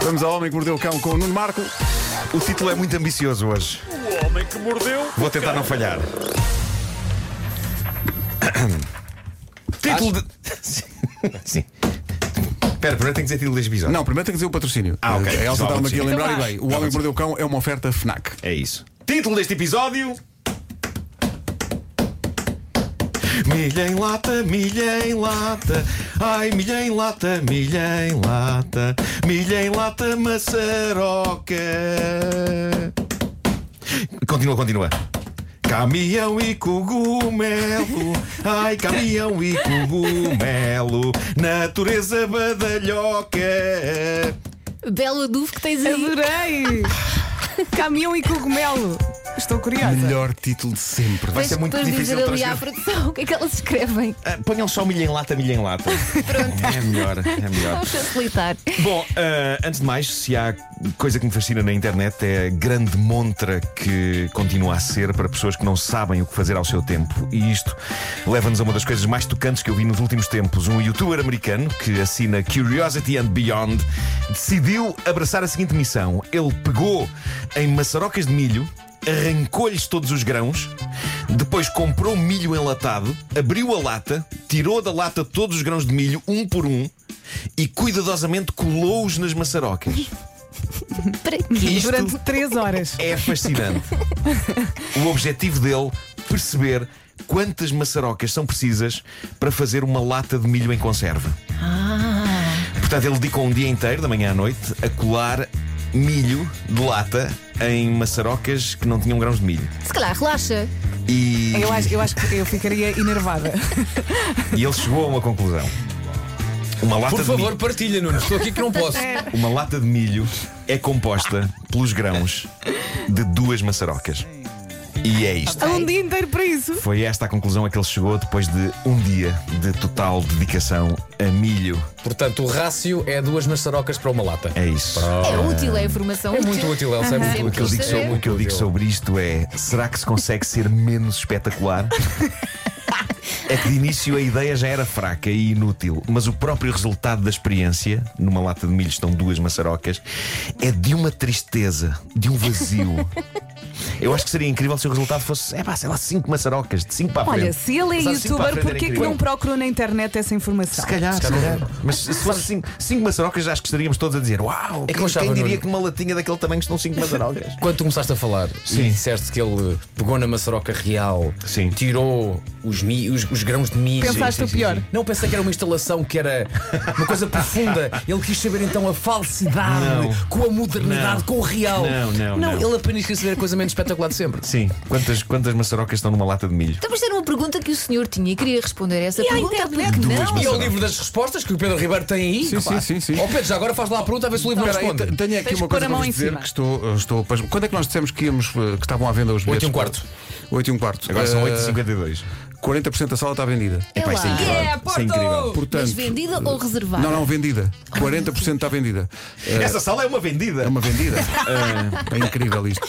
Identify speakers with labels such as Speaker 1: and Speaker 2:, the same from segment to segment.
Speaker 1: Vamos ao Homem que Mordeu o Cão com o Nuno Marco.
Speaker 2: O título é muito ambicioso hoje.
Speaker 3: O homem que mordeu.
Speaker 2: Vou tentar não falhar. título de. Sim. Espera, primeiro tenho que dizer título deste episódio.
Speaker 1: Não, primeiro tem que dizer o patrocínio. Eh,
Speaker 2: Ah, ok.
Speaker 1: A Elsa
Speaker 2: Só o
Speaker 1: estava aqui a
Speaker 2: patrocínio.
Speaker 1: lembrar e
Speaker 4: Então
Speaker 1: bem. O Homem que Mordeu o Cão é uma oferta FNAC.
Speaker 2: É isso. Título deste episódio. Milha em lata, milha em lata, ai milha em lata, milha em lata, milha em lata maçaroca. Continua, continua. Caminhão e cogumelo, ai caminhão e cogumelo, natureza badalhoca.
Speaker 4: Belo adubo que tens aí.
Speaker 5: Adorei! Caminhão e cogumelo. Estou curiosa.
Speaker 1: Melhor título de sempre.
Speaker 2: Vai ser
Speaker 4: Depois-
Speaker 2: muito
Speaker 4: depois
Speaker 2: difícil
Speaker 4: dizer ali à
Speaker 2: transcrever.
Speaker 4: produção o que é que elas escrevem.
Speaker 2: Ah, Ponham só milha em lata, milha em lata. É melhor, é melhor.
Speaker 4: Vamos facilitar.
Speaker 2: Bom, ah, antes de mais, se há coisa que me fascina na internet é a grande montra que continua a ser para pessoas que não sabem o que fazer ao seu tempo. E isto leva-nos a uma das coisas mais tocantes que eu vi nos últimos tempos. Um youtuber americano que assina Curiosity and Beyond decidiu abraçar a seguinte missão. Ele pegou em maçarocas de milho, arrancou-lhes todos os grãos, depois comprou milho enlatado, abriu a lata, tirou da lata todos os grãos de milho, um por um, e cuidadosamente colou-os nas maçarocas.
Speaker 4: Para quê?
Speaker 2: Isto
Speaker 5: Durante três horas.
Speaker 2: é fascinante. o objetivo dele, perceber quantas maçarocas são precisas para fazer uma lata de milho em conserva. Portanto, ele dedicou um dia inteiro, da manhã à noite, a colar milho de lata em maçarocas que não tinham grãos de milho.
Speaker 4: Se calhar, relaxa.
Speaker 2: E,
Speaker 5: Eu acho, eu acho que eu ficaria enervada.
Speaker 2: e ele chegou a uma conclusão. Uma lata,
Speaker 6: Por
Speaker 2: de
Speaker 6: favor,
Speaker 2: milho,
Speaker 6: partilha, Nuno. Estou aqui que não
Speaker 2: É.
Speaker 6: posso.
Speaker 2: uma lata de milho é composta pelos grãos de duas maçarocas. E é isto.
Speaker 5: Há um dia inteiro para isso.
Speaker 2: Foi esta a conclusão a que ele chegou depois de um dia de total dedicação a milho.
Speaker 6: Portanto, o rácio é duas maçarocas para uma lata.
Speaker 2: É isso.
Speaker 4: É útil, é a informação.
Speaker 6: É muito útil, Elsa. É muito
Speaker 4: Sempre
Speaker 2: O que eu
Speaker 6: útil.
Speaker 2: digo
Speaker 4: quis
Speaker 2: sobre,
Speaker 4: saber.
Speaker 2: o que eu digo sobre isto é: será que se consegue ser menos espetacular? É que de início a ideia já era fraca e inútil, mas o próprio resultado da experiência, numa lata de milho estão duas maçarocas, é de uma tristeza, de um vazio. Eu acho que seria incrível se o resultado fosse, é pá, sei lá, cinco maçarocas, de cinco para a frente.
Speaker 5: Olha, se ele é
Speaker 2: Mas há cinco para a
Speaker 5: youtuber,
Speaker 2: frente, era
Speaker 5: porquê que
Speaker 2: incrível.
Speaker 5: não procurou na internet essa informação?
Speaker 2: Se calhar, se calhar. Mas se fossem cinco, cinco maçarocas, acho que estaríamos todos a dizer: Uau!
Speaker 6: que eu
Speaker 2: quem,
Speaker 6: achava,
Speaker 2: quem diria
Speaker 6: Nuno?
Speaker 2: É que uma latinha daquele tamanho estão cinco maçarocas?
Speaker 6: Quando tu começaste a falar
Speaker 2: Sim.
Speaker 6: e disseste que ele pegou na maçaroca real,
Speaker 2: Sim.
Speaker 6: tirou os, mi- os- os grãos de milho.
Speaker 5: Pensaste o pior.
Speaker 6: Não pensei que era uma instalação que era uma coisa profunda. Ele quis saber então a falsidade
Speaker 2: Não.
Speaker 6: com a modernidade,
Speaker 2: Não.
Speaker 6: com o real.
Speaker 2: Não, não, não.
Speaker 6: ele apenas quis saber a coisa menos espetacular de sempre.
Speaker 2: Sim. Quantas, quantas maçarocas estão numa lata de milho?
Speaker 4: Então, mas era uma pergunta que o senhor tinha e queria responder essa
Speaker 5: à
Speaker 4: pergunta.
Speaker 5: internet?
Speaker 4: porque
Speaker 2: Duas
Speaker 4: não?
Speaker 6: E é o livro das respostas que o Pedro Ribeiro tem aí?
Speaker 1: Sim,
Speaker 6: Claro.
Speaker 1: sim, sim, sim.
Speaker 6: Ó Pedro, já agora faz lá a pergunta a ver se o livro
Speaker 1: Espera aí,
Speaker 6: responde.
Speaker 1: te- tenho aqui
Speaker 5: Tens
Speaker 1: uma coisa
Speaker 5: que pôr a
Speaker 1: para
Speaker 5: mão
Speaker 1: vos
Speaker 5: em
Speaker 1: dizer
Speaker 5: cima.
Speaker 1: que estou, estou pasmo. Quando é que nós dissemos que, íamos, eh, que estavam à venda os bilhetes?
Speaker 6: e um quarto.
Speaker 1: 8 e um quarto.
Speaker 2: Agora são
Speaker 1: Eh,
Speaker 2: 8,52.
Speaker 1: 40% da sala está vendida.
Speaker 4: É lá.
Speaker 2: Isto é incrível.
Speaker 5: É,
Speaker 2: Isto é incrível.
Speaker 1: Portanto,
Speaker 4: Mas vendida ou reservada?
Speaker 1: não, não, vendida.
Speaker 5: Ah,
Speaker 1: 40% está vendida. Eh,
Speaker 2: Essa sala é uma vendida.
Speaker 1: É uma vendida. Eh, é incrível isto.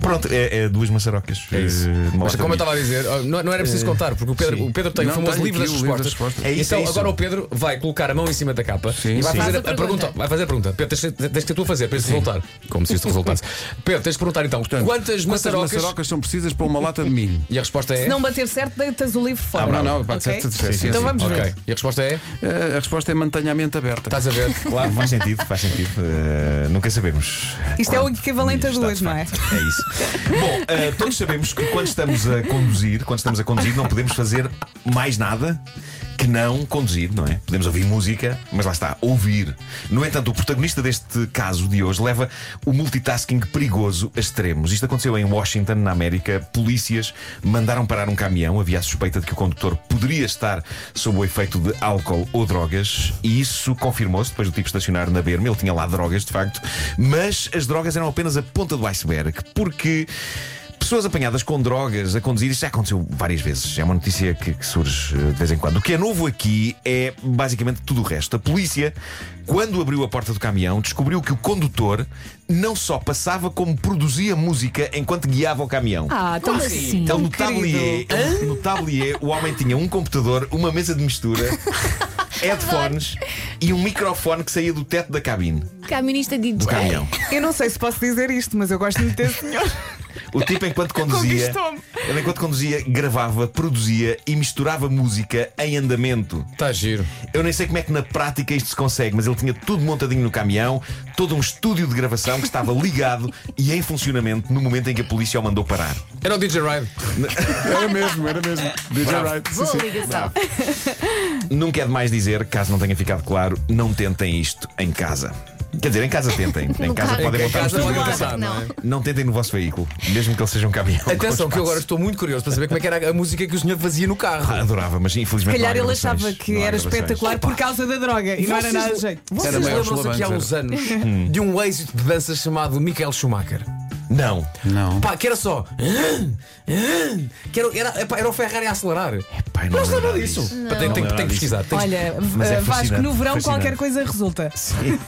Speaker 2: Pronto, é, é duas maçarocas. É
Speaker 6: isso. Mas como eu estava a dizer, ó, não, não era preciso contar, porque o Pedro,
Speaker 2: sim.
Speaker 6: o Pedro Eh, tem
Speaker 1: Não,
Speaker 6: o famoso
Speaker 1: tenho
Speaker 6: livro das
Speaker 1: aqui o livro das
Speaker 6: respostas.
Speaker 1: respostas.
Speaker 2: É isso,
Speaker 6: então
Speaker 2: é isso.
Speaker 6: agora o Pedro vai colocar a mão em cima da capa
Speaker 1: Sim,
Speaker 6: e vai
Speaker 1: sim.
Speaker 6: fazer
Speaker 4: Faz a
Speaker 6: a, a pergunta.
Speaker 4: pergunta.
Speaker 6: Vai fazer a pergunta. Pedro, tens, tens tens que ter tu a fazer, para isto resultar. Como se isto resultasse. Pedro, tens de perguntar então
Speaker 1: Portanto,
Speaker 6: quantas, maçarocas.
Speaker 1: maçarocas são precisas para uma lata de milho? Ah,
Speaker 6: E a resposta é.
Speaker 5: Se não bater certo, deitas o livro
Speaker 2: Ah,
Speaker 5: fora.
Speaker 1: não, não, pode ser,
Speaker 5: Ok?
Speaker 1: certo, certo,
Speaker 5: Então
Speaker 1: sim.
Speaker 5: vamos ver.
Speaker 6: Ok. E a resposta é.
Speaker 1: Eh, a resposta é mantenha a mente aberta.
Speaker 6: Estás a ver?
Speaker 2: Claro, faz sentido, faz sentido. Eh, nunca sabemos.
Speaker 5: Isto é o
Speaker 2: quanto
Speaker 5: equivalente a
Speaker 2: está,
Speaker 5: duas,
Speaker 2: de
Speaker 5: não é?
Speaker 2: facto. É isso. Bom, eh, todos sabemos que quando estamos a conduzir, quando estamos a conduzir, não podemos fazer mais nada que não conduzir, não é? Podemos ouvir música, mas lá está, ouvir. No entanto, o protagonista deste caso de hoje leva o multitasking perigoso a extremos. Isto aconteceu em Washington, na América. Polícias mandaram parar um caminhão, havia a suspeita de que o condutor poderia estar sob o efeito de álcool ou drogas, e isso confirmou-se depois do tipo estacionar na berma. Ele tinha lá drogas, de facto, mas as drogas eram apenas a ponta do iceberg, porque. Pessoas apanhadas com drogas a conduzir, isto já aconteceu várias vezes. É uma notícia que, que surge eh, de vez em quando. O que é novo aqui é basicamente tudo o resto. A polícia, quando abriu a porta do caminhão, descobriu que o condutor não só passava, como produzia música enquanto guiava o caminhão.
Speaker 5: Ah, então
Speaker 4: Como assim?
Speaker 5: sim.
Speaker 2: Então, no tablier, no tablier, o homem tinha um computador, uma mesa de mistura headphones e um microfone que saía do teto da cabine
Speaker 4: Caminista de
Speaker 2: do caminhão.
Speaker 5: Eu não sei se posso dizer isto, mas eu gosto muito desse senhor.
Speaker 2: O tipo, enquanto conduzia,
Speaker 5: Conquistou-me.
Speaker 2: ele enquanto conduzia, gravava, produzia e misturava música em andamento.
Speaker 6: Está giro.
Speaker 2: Eu nem sei como é que na prática isto se consegue, mas ele tinha tudo montadinho no caminhão, todo um estúdio de gravação que estava ligado e em funcionamento no momento em que a polícia o mandou parar.
Speaker 6: Era o DJ Ride.
Speaker 1: Era mesmo, era mesmo. DJ
Speaker 2: Bravo.
Speaker 1: Wright. Sim,
Speaker 4: Boa
Speaker 1: sim.
Speaker 4: ligação.
Speaker 2: Nunca é demais dizer, caso não tenha ficado claro, não tentem isto em casa. Quer dizer, em casa tentem. Em
Speaker 4: No
Speaker 2: casa
Speaker 4: carro.
Speaker 2: podem
Speaker 6: Em
Speaker 2: montar um
Speaker 6: casa
Speaker 2: estúdio de
Speaker 6: podem
Speaker 2: gravação.
Speaker 6: montar, não é?
Speaker 2: Não tentem no vosso veículo, mesmo que ele seja um caminhão. com
Speaker 6: Atenção, que eu agora
Speaker 2: espaço.
Speaker 6: estou muito curioso para saber como é que era a música que o senhor fazia no carro.
Speaker 2: Ah, Adorava, mas infelizmente.
Speaker 5: Calhar
Speaker 2: não há
Speaker 5: ele
Speaker 2: gravações.
Speaker 5: achava que
Speaker 2: Não há
Speaker 5: era
Speaker 2: gravações.
Speaker 5: espetacular por causa da droga e não era nada de jeito.
Speaker 6: Vocês
Speaker 1: Era maior
Speaker 6: lembram-se aqui há
Speaker 1: eslavante,
Speaker 6: uns anos de um êxito de dança chamado Michael Schumacher.
Speaker 2: Não.
Speaker 1: Não.
Speaker 6: Pá, que era só. Que era, era, epá, era o Ferrari a acelerar.
Speaker 2: Pai,
Speaker 6: Não se
Speaker 2: lembro
Speaker 6: lembra
Speaker 2: nada
Speaker 6: disso.
Speaker 2: disso.
Speaker 6: Pá, Tem, tem,
Speaker 2: Não
Speaker 6: tem que
Speaker 2: lembro
Speaker 6: pesquisar. tem que-
Speaker 5: Olha,
Speaker 2: Mas é
Speaker 5: eh, Vasco,
Speaker 2: fascinante,
Speaker 5: no verão
Speaker 2: fascinante.
Speaker 5: qualquer coisa resulta.
Speaker 2: Sim.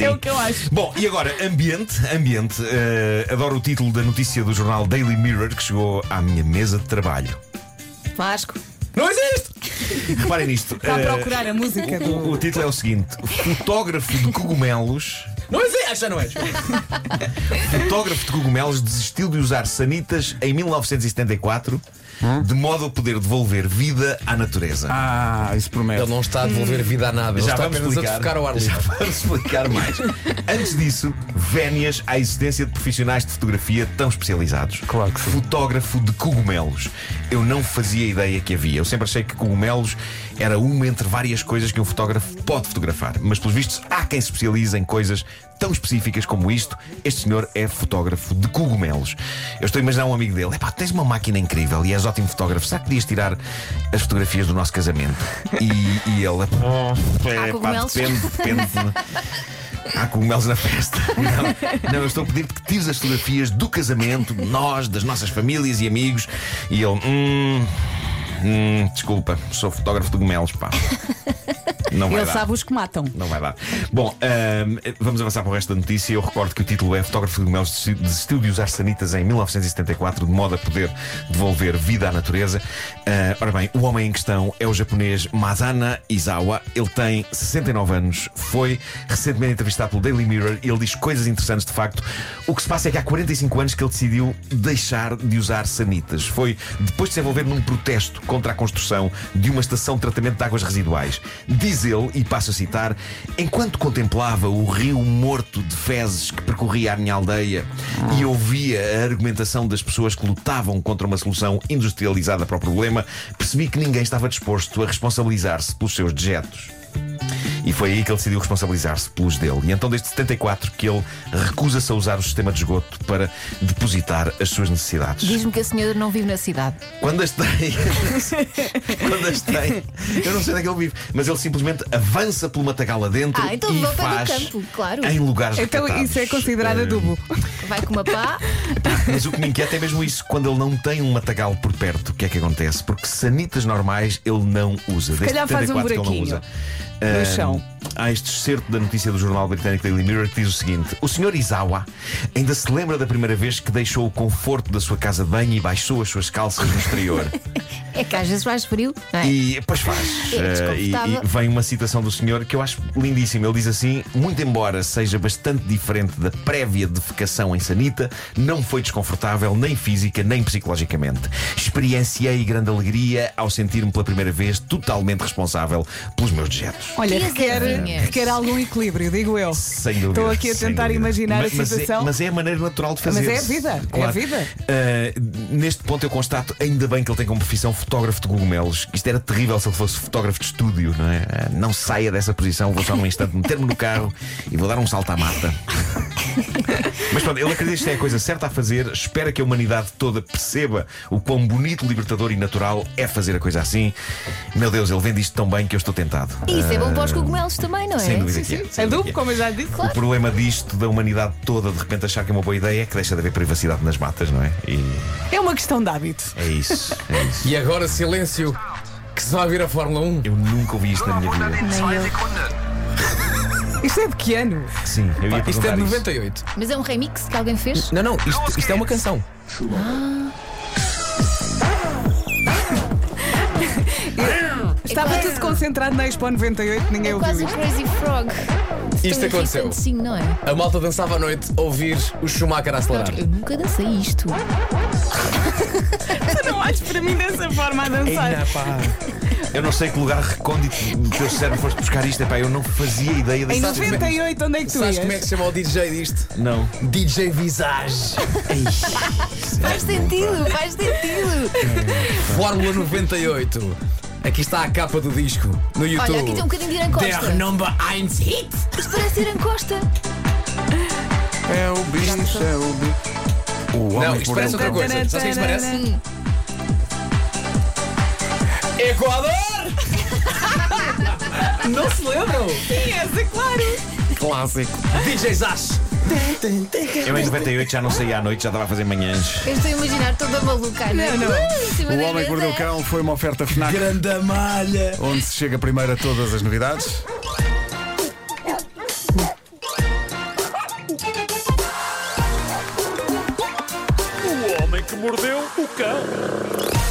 Speaker 5: É o que eu acho.
Speaker 2: Bom, e agora, ambiente, ambiente. Eh, adoro o título da notícia do jornal Daily Mirror que chegou à minha mesa de trabalho.
Speaker 4: Vasco.
Speaker 6: Não existe!
Speaker 2: Reparem nisto.
Speaker 5: Está a
Speaker 2: eh,
Speaker 5: procurar a música
Speaker 2: o,
Speaker 5: do.
Speaker 2: o título é o seguinte: Fotógrafo de cogumelos.
Speaker 6: Não existe! Ah, já não és!
Speaker 2: Fotógrafo de cogumelos desistiu de usar sanitas em 1974 de modo a poder devolver vida à natureza.
Speaker 1: Ah, isso promete.
Speaker 6: Ele não está a devolver vida a nada, ele
Speaker 2: Hum. Já
Speaker 6: está
Speaker 2: vamos
Speaker 6: apenas a
Speaker 2: explicar.
Speaker 6: tocar ao ar
Speaker 2: Já
Speaker 6: livre.
Speaker 2: vamos explicar mais. Antes disso, vénias à existência de profissionais de fotografia tão especializados.
Speaker 1: Claro que sim.
Speaker 2: Fotógrafo de cogumelos. Eu não fazia ideia que havia. Eu sempre achei que cogumelos era uma entre várias coisas que um fotógrafo pode fotografar. Mas, pelos vistos, há quem se especialize em coisas tão específicas como isto. Este senhor é fotógrafo de cogumelos. Eu estou a imaginar um amigo dele. Epá, tens uma máquina incrível e és ótimo fotógrafo. Será que podias tirar as fotografias do nosso casamento? E, e ele... "Oh,
Speaker 4: Há
Speaker 2: pá,
Speaker 4: cogumelos?
Speaker 2: depende, depende. Há cogumelos na festa. Não, não, eu estou a pedir-te que tires as fotografias do casamento, de nós, das nossas famílias e amigos. E ele, hum, hum, desculpa, sou fotógrafo de cogumelos, pá. Não vai
Speaker 5: Ele
Speaker 2: dar.
Speaker 5: sabe os que matam.
Speaker 2: Não vai dar. Bom, ahm, vamos avançar para o resto da notícia. Eu recordo que o título é Fotógrafo de Cogumelos desistiu- desistiu de usar sanitas em 1974 de modo a poder devolver vida à natureza. Ah, ora bem, o homem em questão é o japonês Masana Izawa. Ele tem 69 anos, foi recentemente entrevistado pelo Daily Mirror e ele diz coisas interessantes de facto. O que se passa é que há 45 anos que ele decidiu deixar de usar sanitas. Foi depois de se envolver num protesto contra a construção de uma estação de tratamento de águas residuais. Diz ele, e passo a citar, enquanto contemplava o rio morto de fezes que percorria a minha aldeia e ouvia a argumentação das pessoas que lutavam contra uma solução industrializada para o problema, percebi que ninguém estava disposto a responsabilizar-se pelos seus dejetos. E foi aí que ele decidiu responsabilizar-se pelos dele. E então, desde 74, que ele recusa-se a usar o sistema de esgoto para depositar as suas necessidades.
Speaker 4: Diz-me que a senhora não vive na cidade.
Speaker 2: Quando as tem. quando as tem. Eu não sei onde é que ele vive, mas ele simplesmente avança pelo matagal adentro
Speaker 4: Ah, então
Speaker 2: e
Speaker 4: vou para o
Speaker 2: faz
Speaker 4: campo, claro.
Speaker 2: em lugares
Speaker 5: Então
Speaker 2: recatados.
Speaker 5: isso é considerado
Speaker 2: Eh,
Speaker 5: adubo.
Speaker 4: Vai com uma pá.
Speaker 2: Mas o que me inquieta é mesmo isso, quando ele não tem um matagal por perto, o que é que acontece? Porque sanitas normais ele não usa. Desde
Speaker 5: calhar faz um
Speaker 2: 74 que ele não
Speaker 5: buraquinho
Speaker 2: usa.
Speaker 5: no
Speaker 2: Ah,
Speaker 5: chão.
Speaker 2: Há este excerto da notícia do jornal britânico Daily Mirror que diz o seguinte: O Sr. Izawa ainda se lembra da primeira vez que deixou o conforto da sua casa de banho e baixou as suas calças no exterior.
Speaker 4: É que às vezes faz frio, não é?
Speaker 2: E pois faz.
Speaker 4: É
Speaker 2: Eh, e,
Speaker 4: desconfortável.
Speaker 2: e vem uma citação do senhor que eu acho lindíssima. Ele diz assim: muito embora seja bastante diferente da prévia defecação em Sanita, não foi desconfortável, nem física, nem psicologicamente. Experienciei grande alegria ao sentir-me pela primeira vez totalmente responsável pelos meus dejetos.
Speaker 5: Olha,
Speaker 4: E as
Speaker 5: requer,
Speaker 4: ervinhas?
Speaker 5: requer algum equilíbrio, digo eu.
Speaker 2: Sem dúvida.
Speaker 5: Estou aqui a
Speaker 2: sem
Speaker 5: tentar
Speaker 2: dúvida.
Speaker 5: imaginar
Speaker 2: Mas-
Speaker 5: a
Speaker 2: Mas é,
Speaker 5: situação.
Speaker 2: mas é a maneira natural de
Speaker 5: Mas
Speaker 2: fazer.
Speaker 5: é a vida, é a vida.
Speaker 2: neste ponto eu constato, ainda bem que ele tem como profissão fotógrafo de cogumelos. Isto era terrível se ele fosse fotógrafo de estúdio, não é? Ah, não saia dessa posição, vou só num instante meter-me no carro e vou dar um salto à mata. Mas pronto, ele acredita que isto é a coisa certa a fazer, espera que a humanidade toda perceba o quão bonito, libertador e natural é fazer a coisa assim. Meu Deus, ele vende isto tão bem que eu estou tentado.
Speaker 4: E isso é bom
Speaker 2: Ah,
Speaker 4: para os cogumelos também, não é?
Speaker 2: Sem dúvida
Speaker 4: Sim,
Speaker 2: que é.
Speaker 4: sim.
Speaker 2: sem dúvida que
Speaker 5: Adubo,
Speaker 2: é.
Speaker 5: como eu já disse.
Speaker 2: O problema disto, da humanidade toda, de repente achar que é uma boa ideia, é que deixa de haver privacidade nas matas, não é? E
Speaker 5: É uma questão de hábito.
Speaker 2: é isso, é isso.
Speaker 6: E agora silêncio, que se vai vir a Fórmula 1.
Speaker 2: Eu nunca ouvi isto na minha vida.
Speaker 4: Nem eu.
Speaker 5: Isto é de que ano?
Speaker 2: Sim, eu ia
Speaker 6: Isto é
Speaker 2: perguntar
Speaker 6: de
Speaker 2: isso.
Speaker 6: 98.
Speaker 4: Mas é um remix que alguém fez?
Speaker 6: Não, não, isto, isto é uma canção.
Speaker 4: É
Speaker 5: Estava tudo concentrado na Expo 98, ninguém
Speaker 4: É
Speaker 5: ouviu
Speaker 4: quase o
Speaker 5: isto.
Speaker 4: Crazy Frog.
Speaker 6: Isto
Speaker 4: Tão
Speaker 6: aconteceu.
Speaker 4: irritante, Sim, não é?
Speaker 6: A malta dançava à noite a ouvir o Schumacher a acelerar.
Speaker 4: Eu nunca dancei isto.
Speaker 5: Tu não olhes para mim dessa forma a dançar.
Speaker 2: Eu não sei que lugar recôndito do teu cérebro foste buscar isto, epá, eu não fazia ideia disso.
Speaker 5: Em 98, onde é que tu
Speaker 6: Sabes como é que
Speaker 5: ias?
Speaker 6: se chama o DJ disto?
Speaker 2: Não.
Speaker 6: DJ Visage.
Speaker 4: Faz sentido, faz sentido.
Speaker 6: Fórmula 98. Aqui está a capa do disco no YouTube.
Speaker 4: Olha, aqui tem um bocadinho de Irã Costa.
Speaker 6: Der Number 1 Hit.
Speaker 4: Isto parece Irã Costa.
Speaker 1: É o bicho, é o bicho. O homem
Speaker 6: Não, isto
Speaker 1: por ele.
Speaker 6: parece outra coisa. Sabes o que é que isto parece?
Speaker 4: Hum.
Speaker 6: Equador! Não se lembram?
Speaker 5: Yes, é claro.
Speaker 1: Clássico.
Speaker 6: DJ Zash.
Speaker 2: Eu em 98 já não saía à noite, já estava a fazer manhãs.
Speaker 4: Eu estou a imaginar toda maluca. é?
Speaker 5: Não, não.
Speaker 1: O Homem que Mordeu o Cão foi uma oferta FNAC
Speaker 6: Grande malha.
Speaker 1: onde se chega primeiro a todas as novidades.
Speaker 3: O homem que mordeu o cão.